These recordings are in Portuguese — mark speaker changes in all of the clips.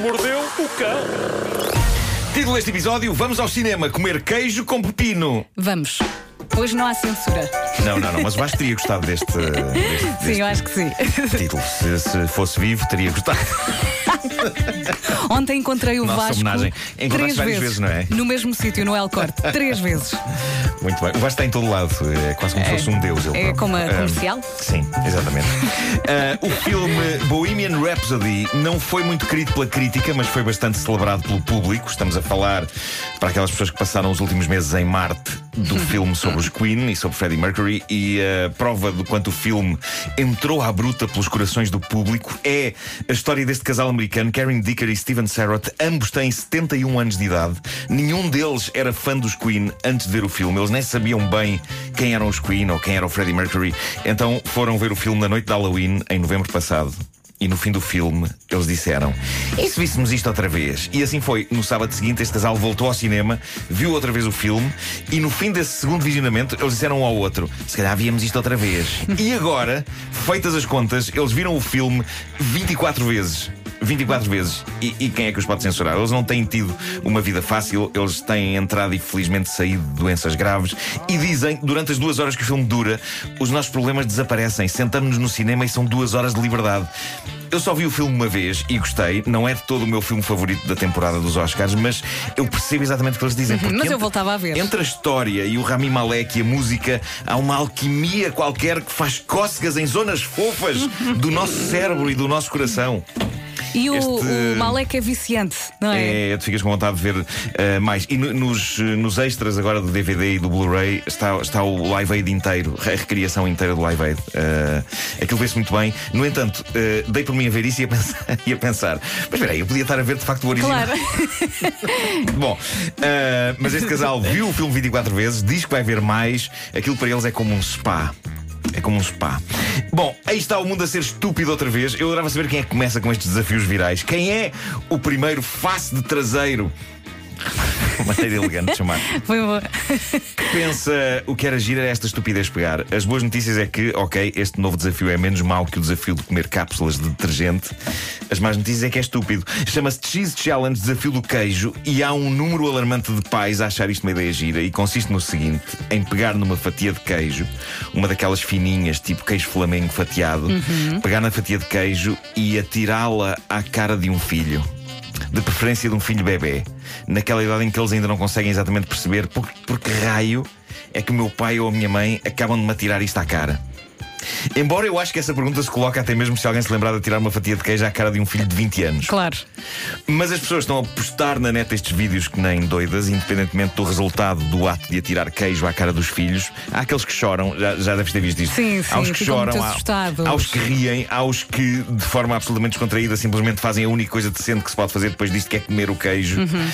Speaker 1: mordeu o cão.
Speaker 2: Título deste episódio: Vamos ao cinema comer queijo com pepino.
Speaker 3: Vamos. Hoje não há censura.
Speaker 2: Não, não, não, mas o Vasco teria gostado deste, deste-
Speaker 3: Sim, eu acho que sim.
Speaker 2: deste título. Se, se fosse vivo, teria gostado.
Speaker 3: Ontem encontrei o
Speaker 2: Nossa
Speaker 3: Vasco
Speaker 2: homenagem. Encontraste
Speaker 3: três
Speaker 2: várias vezes,
Speaker 3: vezes,
Speaker 2: não é?
Speaker 3: No mesmo sítio, no El Corte. três vezes.
Speaker 2: Muito bem. O Vasco está em todo lado. É quase como se fosse um deus. Ele
Speaker 3: É
Speaker 2: próprio.
Speaker 3: como a
Speaker 2: Ah,
Speaker 3: comercial?
Speaker 2: Sim, exatamente. Ah, o filme Bohemian Rhapsody não foi muito querido pela crítica, mas foi bastante celebrado pelo público. Estamos a falar para aquelas pessoas que passaram os últimos meses em Marte do filme sobre os Queen e sobre Freddie Mercury. E a prova do quanto o filme entrou à bruta pelos corações do público é a história deste casal americano, Karen Dicker e Steven Serrott. Ambos têm 71 anos de idade. Nenhum deles era fã dos Queen antes de ver o filme. Eles nem sabiam bem quem eram os Queen ou quem era o Freddie Mercury. Então foram ver o filme na noite de Halloween, em novembro passado. E no fim do filme, eles disseram: E se víssemos isto outra vez? E assim foi. No sábado seguinte, este casal voltou ao cinema, viu outra vez o filme, e no fim desse segundo visionamento, eles disseram um ao outro: Se calhar víamos isto outra vez. e agora, feitas as contas, eles viram o filme 24 vezes. 24 vezes. E, e quem é que os pode censurar? Eles não têm tido uma vida fácil, eles têm entrado e felizmente saído de doenças graves. E dizem, durante as duas horas que o filme dura, os nossos problemas desaparecem. Sentamos-nos no cinema e são duas horas de liberdade. Eu só vi o filme uma vez e gostei. Não é de todo o meu filme favorito da temporada dos Oscars, mas eu percebo exatamente o que eles dizem. porque
Speaker 3: Uhum, mas eu
Speaker 2: entre-
Speaker 3: voltava a ver.
Speaker 2: entre a história e o Rami Malek e a música, há uma alquimia qualquer que faz cócegas em zonas fofas
Speaker 3: Uhum.
Speaker 2: do nosso cérebro e do nosso coração.
Speaker 3: E o,
Speaker 2: Este-
Speaker 3: o Malek é viciante, não é?
Speaker 2: É, tu ficas com vontade de ver eh, mais. E no- nos, eh, nos extras agora do DVD e do Blu-ray está, está o Live Aid inteiro, a recriação inteira do Live Aid. Eh, aquilo vê-se muito bem. No entanto, eh, dei por mim a ver isso e a pensar. e a pensar, Mas espera aí, eu podia estar a ver de facto o original.
Speaker 3: Claro.
Speaker 2: Bom, eh, mas este casal viu o filme 24 vezes, diz que vai ver mais. Aquilo para eles é como um spa. É como um spa. Bom, aí está o mundo a ser estúpido outra vez. Eu adorava saber quem é que começa com estes desafios virais. Quem é o primeiro face de traseiro? Maneira elegante de chamar
Speaker 3: Foi boa.
Speaker 2: pensa o que era gira era esta estupidez pegar. As boas notícias é que, ok, este novo desafio é menos mau que o desafio de comer cápsulas de detergente. As más notícias é que é estúpido. Chama-se Cheese Challenge Desafio do Queijo e há um número alarmante de pais a achar isto uma ideia gira e consiste no seguinte: em pegar numa fatia de queijo, uma daquelas fininhas, tipo queijo flamengo fatiado, pegar na fatia de queijo e atirá-la à cara de um filho. De preferência de um filho bebê. Naquela idade em que eles ainda não conseguem exatamente perceber por, por que raio é que o meu pai ou a minha mãe acabam de me atirar isto à cara. Embora eu acho que essa pergunta se coloca até mesmo se alguém se lembrar de tirar uma fatia de queijo à cara de um filho de 20 anos.
Speaker 3: Claro.
Speaker 2: Mas as pessoas estão a postar na net estes vídeos que nem doidas, independentemente do resultado do ato de atirar queijo à cara dos filhos. Há aqueles que choram, já, já deves ter visto isto.
Speaker 3: Sim, sim,
Speaker 2: há os que
Speaker 3: ficam
Speaker 2: choram,
Speaker 3: muito
Speaker 2: há-
Speaker 3: assustados.
Speaker 2: há os que riem, há os que, de forma absolutamente descontraída, simplesmente fazem a única coisa decente que se pode fazer depois disto, que é comer o queijo.
Speaker 3: Uhum.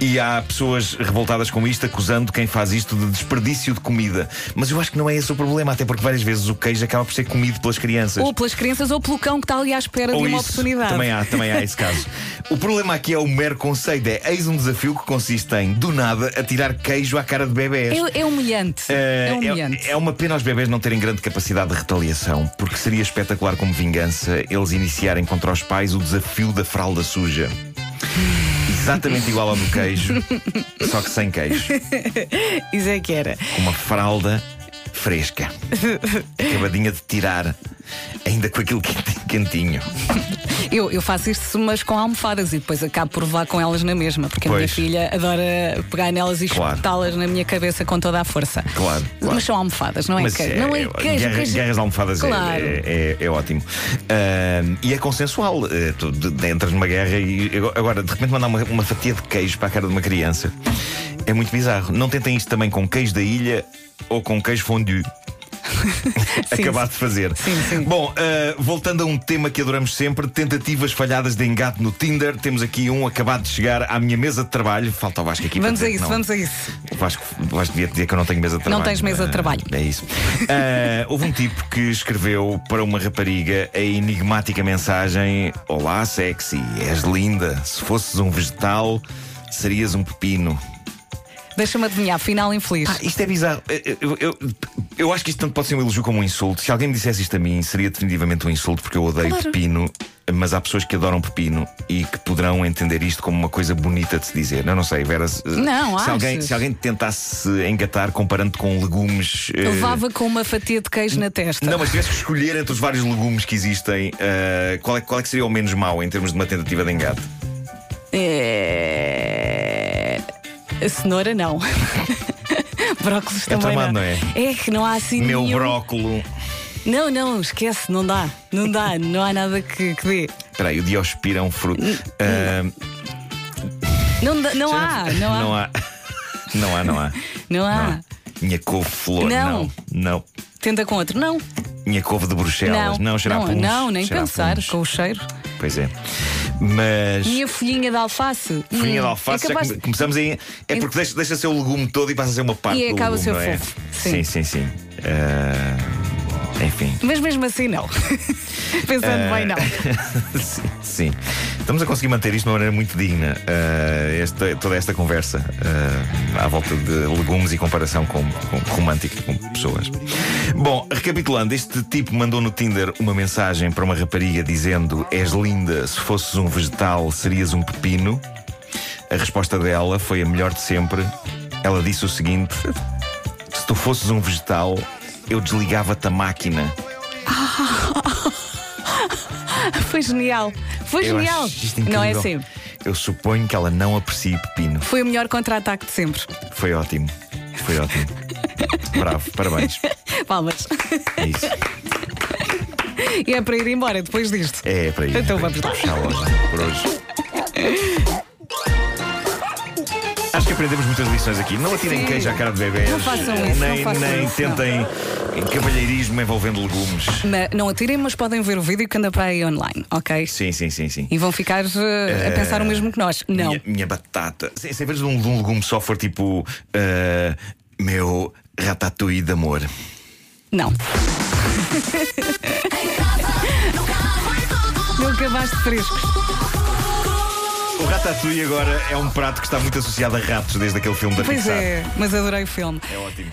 Speaker 2: E há pessoas revoltadas com isto, acusando quem faz isto de desperdício de comida. Mas eu acho que não é esse o problema, até porque várias vezes o queijo acaba por ser comido pelas crianças.
Speaker 3: Ou pelas crianças ou pelo cão que está ali à espera de uma
Speaker 2: isso.
Speaker 3: oportunidade.
Speaker 2: Também há, também há esse caso. O problema aqui é o mero conceito. É eis um desafio que consiste em, do nada, atirar queijo à cara de bebés.
Speaker 3: É, é humilhante.
Speaker 2: Eh,
Speaker 3: é humilhante.
Speaker 2: é- é uma pena os bebés não terem grande capacidade de retaliação, porque seria espetacular como vingança eles iniciarem contra os pais o desafio da fralda suja. Exatamente igual ao do queijo, só que sem queijo.
Speaker 3: Isso é que era.
Speaker 2: Com uma fralda fresca, acabadinha de tirar, ainda com aquilo quentinho.
Speaker 3: Eu, eu faço isto, mas com almofadas e depois acabo por levar com elas na mesma, porque a minha
Speaker 2: Pois.
Speaker 3: filha adora pegar nelas e
Speaker 2: Claro.
Speaker 3: espetá-las na minha cabeça com toda a força.
Speaker 2: Claro, claro.
Speaker 3: Mas são almofadas, não é
Speaker 2: Mas
Speaker 3: queijo. não é queijo,
Speaker 2: guerra-
Speaker 3: queijo.
Speaker 2: Guerras de almofadas é-
Speaker 3: Claro.
Speaker 2: é, é- é ótimo. Ahm, e é consensual. Eh, tu de- de- entras numa guerra e agora de repente mandar uma, uma fatia de queijo para a cara de uma criança é muito bizarro. Não tentem isto também com queijo da ilha ou com queijo fondue.
Speaker 3: Sim,
Speaker 2: Acabado de fazer.
Speaker 3: Sim, sim.
Speaker 2: Bom, ah, voltando a um tema que adoramos sempre: tentativas falhadas de engate no Tinder. Temos aqui um acabado de chegar à minha mesa de trabalho. Falta o Vasco aqui
Speaker 3: Vamos
Speaker 2: para dizer
Speaker 3: a
Speaker 2: que
Speaker 3: isso,
Speaker 2: não.
Speaker 3: vamos a isso.
Speaker 2: Vasco, Vasco devia dizer que eu não tenho mesa de
Speaker 3: Não
Speaker 2: trabalho.
Speaker 3: tens mesa de
Speaker 2: Ah,
Speaker 3: trabalho.
Speaker 2: É isso. Ah, houve um tipo que escreveu para uma rapariga a enigmática mensagem: Olá, sexy, és linda. Se fosses um vegetal, serias um pepino.
Speaker 3: Deixa-me adivinhar, final infeliz.
Speaker 2: Ah, isto é bizarro. Eu- eu- eu- Eu acho que isto tanto pode ser um elogio como um insulto. Se alguém me dissesse isto a mim, seria definitivamente um insulto, porque eu odeio
Speaker 3: Claro.
Speaker 2: pepino, mas há pessoas que adoram pepino e que poderão entender isto como uma coisa bonita de se dizer. Eu não sei, Vera. Se,
Speaker 3: Não,
Speaker 2: se alguém,
Speaker 3: achas?
Speaker 2: se alguém te tentasse engatar comparando com legumes. eh,
Speaker 3: Levava com uma fatia de queijo na testa.
Speaker 2: Não, mas tivesse que escolher entre os vários legumes que existem, eh, qual, é, qual é que seria o menos mau em termos de uma tentativa de engate?
Speaker 3: É... A cenoura não. Brócolis
Speaker 2: É
Speaker 3: também
Speaker 2: tramado, não
Speaker 3: não.
Speaker 2: é?
Speaker 3: É que não há assim
Speaker 2: Meu
Speaker 3: nenhum.
Speaker 2: brócolo.
Speaker 3: Não, não, esquece, não dá. Não dá, não há nada que, que dê.
Speaker 2: Espera aí, o Diospira é um fruto. Ah,
Speaker 3: Não, dá- não,
Speaker 2: já
Speaker 3: há, não há,
Speaker 2: Não há. Não há, não há. Não
Speaker 3: Não há.
Speaker 2: há. Minha couve-flor,
Speaker 3: Ah. Não.
Speaker 2: não. não.
Speaker 3: Tenta com outro, não.
Speaker 2: Minha couve de Bruxelas, não, cheira a
Speaker 3: não,
Speaker 2: puns.
Speaker 3: não, nem
Speaker 2: cheira a
Speaker 3: pensar,
Speaker 2: puns.
Speaker 3: com o cheiro.
Speaker 2: Pois é. Mas.
Speaker 3: Minha folhinha de alface.
Speaker 2: Folhinha
Speaker 3: hum,
Speaker 2: de alface,
Speaker 3: é
Speaker 2: já
Speaker 3: capaz-
Speaker 2: come- começamos aí. É porque deixa, deixa ser o legume todo e passa a ser uma parte
Speaker 3: E
Speaker 2: do
Speaker 3: acaba a
Speaker 2: legume,
Speaker 3: ser
Speaker 2: não é?
Speaker 3: fofo, sim.
Speaker 2: Sim, sim, sim. Ah, enfim.
Speaker 3: Mas mesmo assim, não. Pensando bem, não.
Speaker 2: Eh, sim, sim. Estamos a conseguir manter isto de uma maneira muito digna. ah, esta- toda esta conversa ah, à volta de legumes e comparação com, com- romântica com pessoas. Bom, recapitulando, este tipo mandou no Tinder uma mensagem para uma rapariga dizendo: És linda, se fosses um vegetal, serias um pepino. A resposta dela foi a melhor de sempre. Ela disse o seguinte: Se tu fosses um vegetal, eu desligava-te a máquina.
Speaker 3: Foi genial. Foi
Speaker 2: Eu
Speaker 3: genial.
Speaker 2: acho isto
Speaker 3: não é
Speaker 2: incrível.
Speaker 3: assim.
Speaker 2: Eu suponho que ela não aprecie pepino.
Speaker 3: Foi o melhor contra-ataque de sempre.
Speaker 2: Foi ótimo. Foi ótimo. Bravo, parabéns.
Speaker 3: Palmas.
Speaker 2: É isso.
Speaker 3: E é para ir embora depois disto.
Speaker 2: É para aí.
Speaker 3: Então
Speaker 2: é para aí.
Speaker 3: vamos lá.
Speaker 2: Tchau, hoje, por hoje. Acho que aprendemos muitas lições aqui. Não atirem
Speaker 3: Sim.
Speaker 2: queijo à cara de bebês.
Speaker 3: Não façam isso, não
Speaker 2: Nem,
Speaker 3: façam
Speaker 2: nem
Speaker 3: isso, não.
Speaker 2: tentem cavalheirismo envolvendo legumes.
Speaker 3: Ma- não atirem, mas podem ver o vídeo que anda para aí online, ok?
Speaker 2: Sim, sim, sim, sim.
Speaker 3: E vão ficar eh, a pensar o mesmo que nós. Não.
Speaker 2: Minha, minha batata. Se, se em vez de um, de um legume só for tipo. ah, meu ratatouille de amor.
Speaker 3: Não. Nunca mais de frescos.
Speaker 2: O ratatouille agora é um prato que está muito associado a ratos desde aquele filme da
Speaker 3: Pois
Speaker 2: Pixar.
Speaker 3: é, mas adorei o filme.
Speaker 2: É ótimo.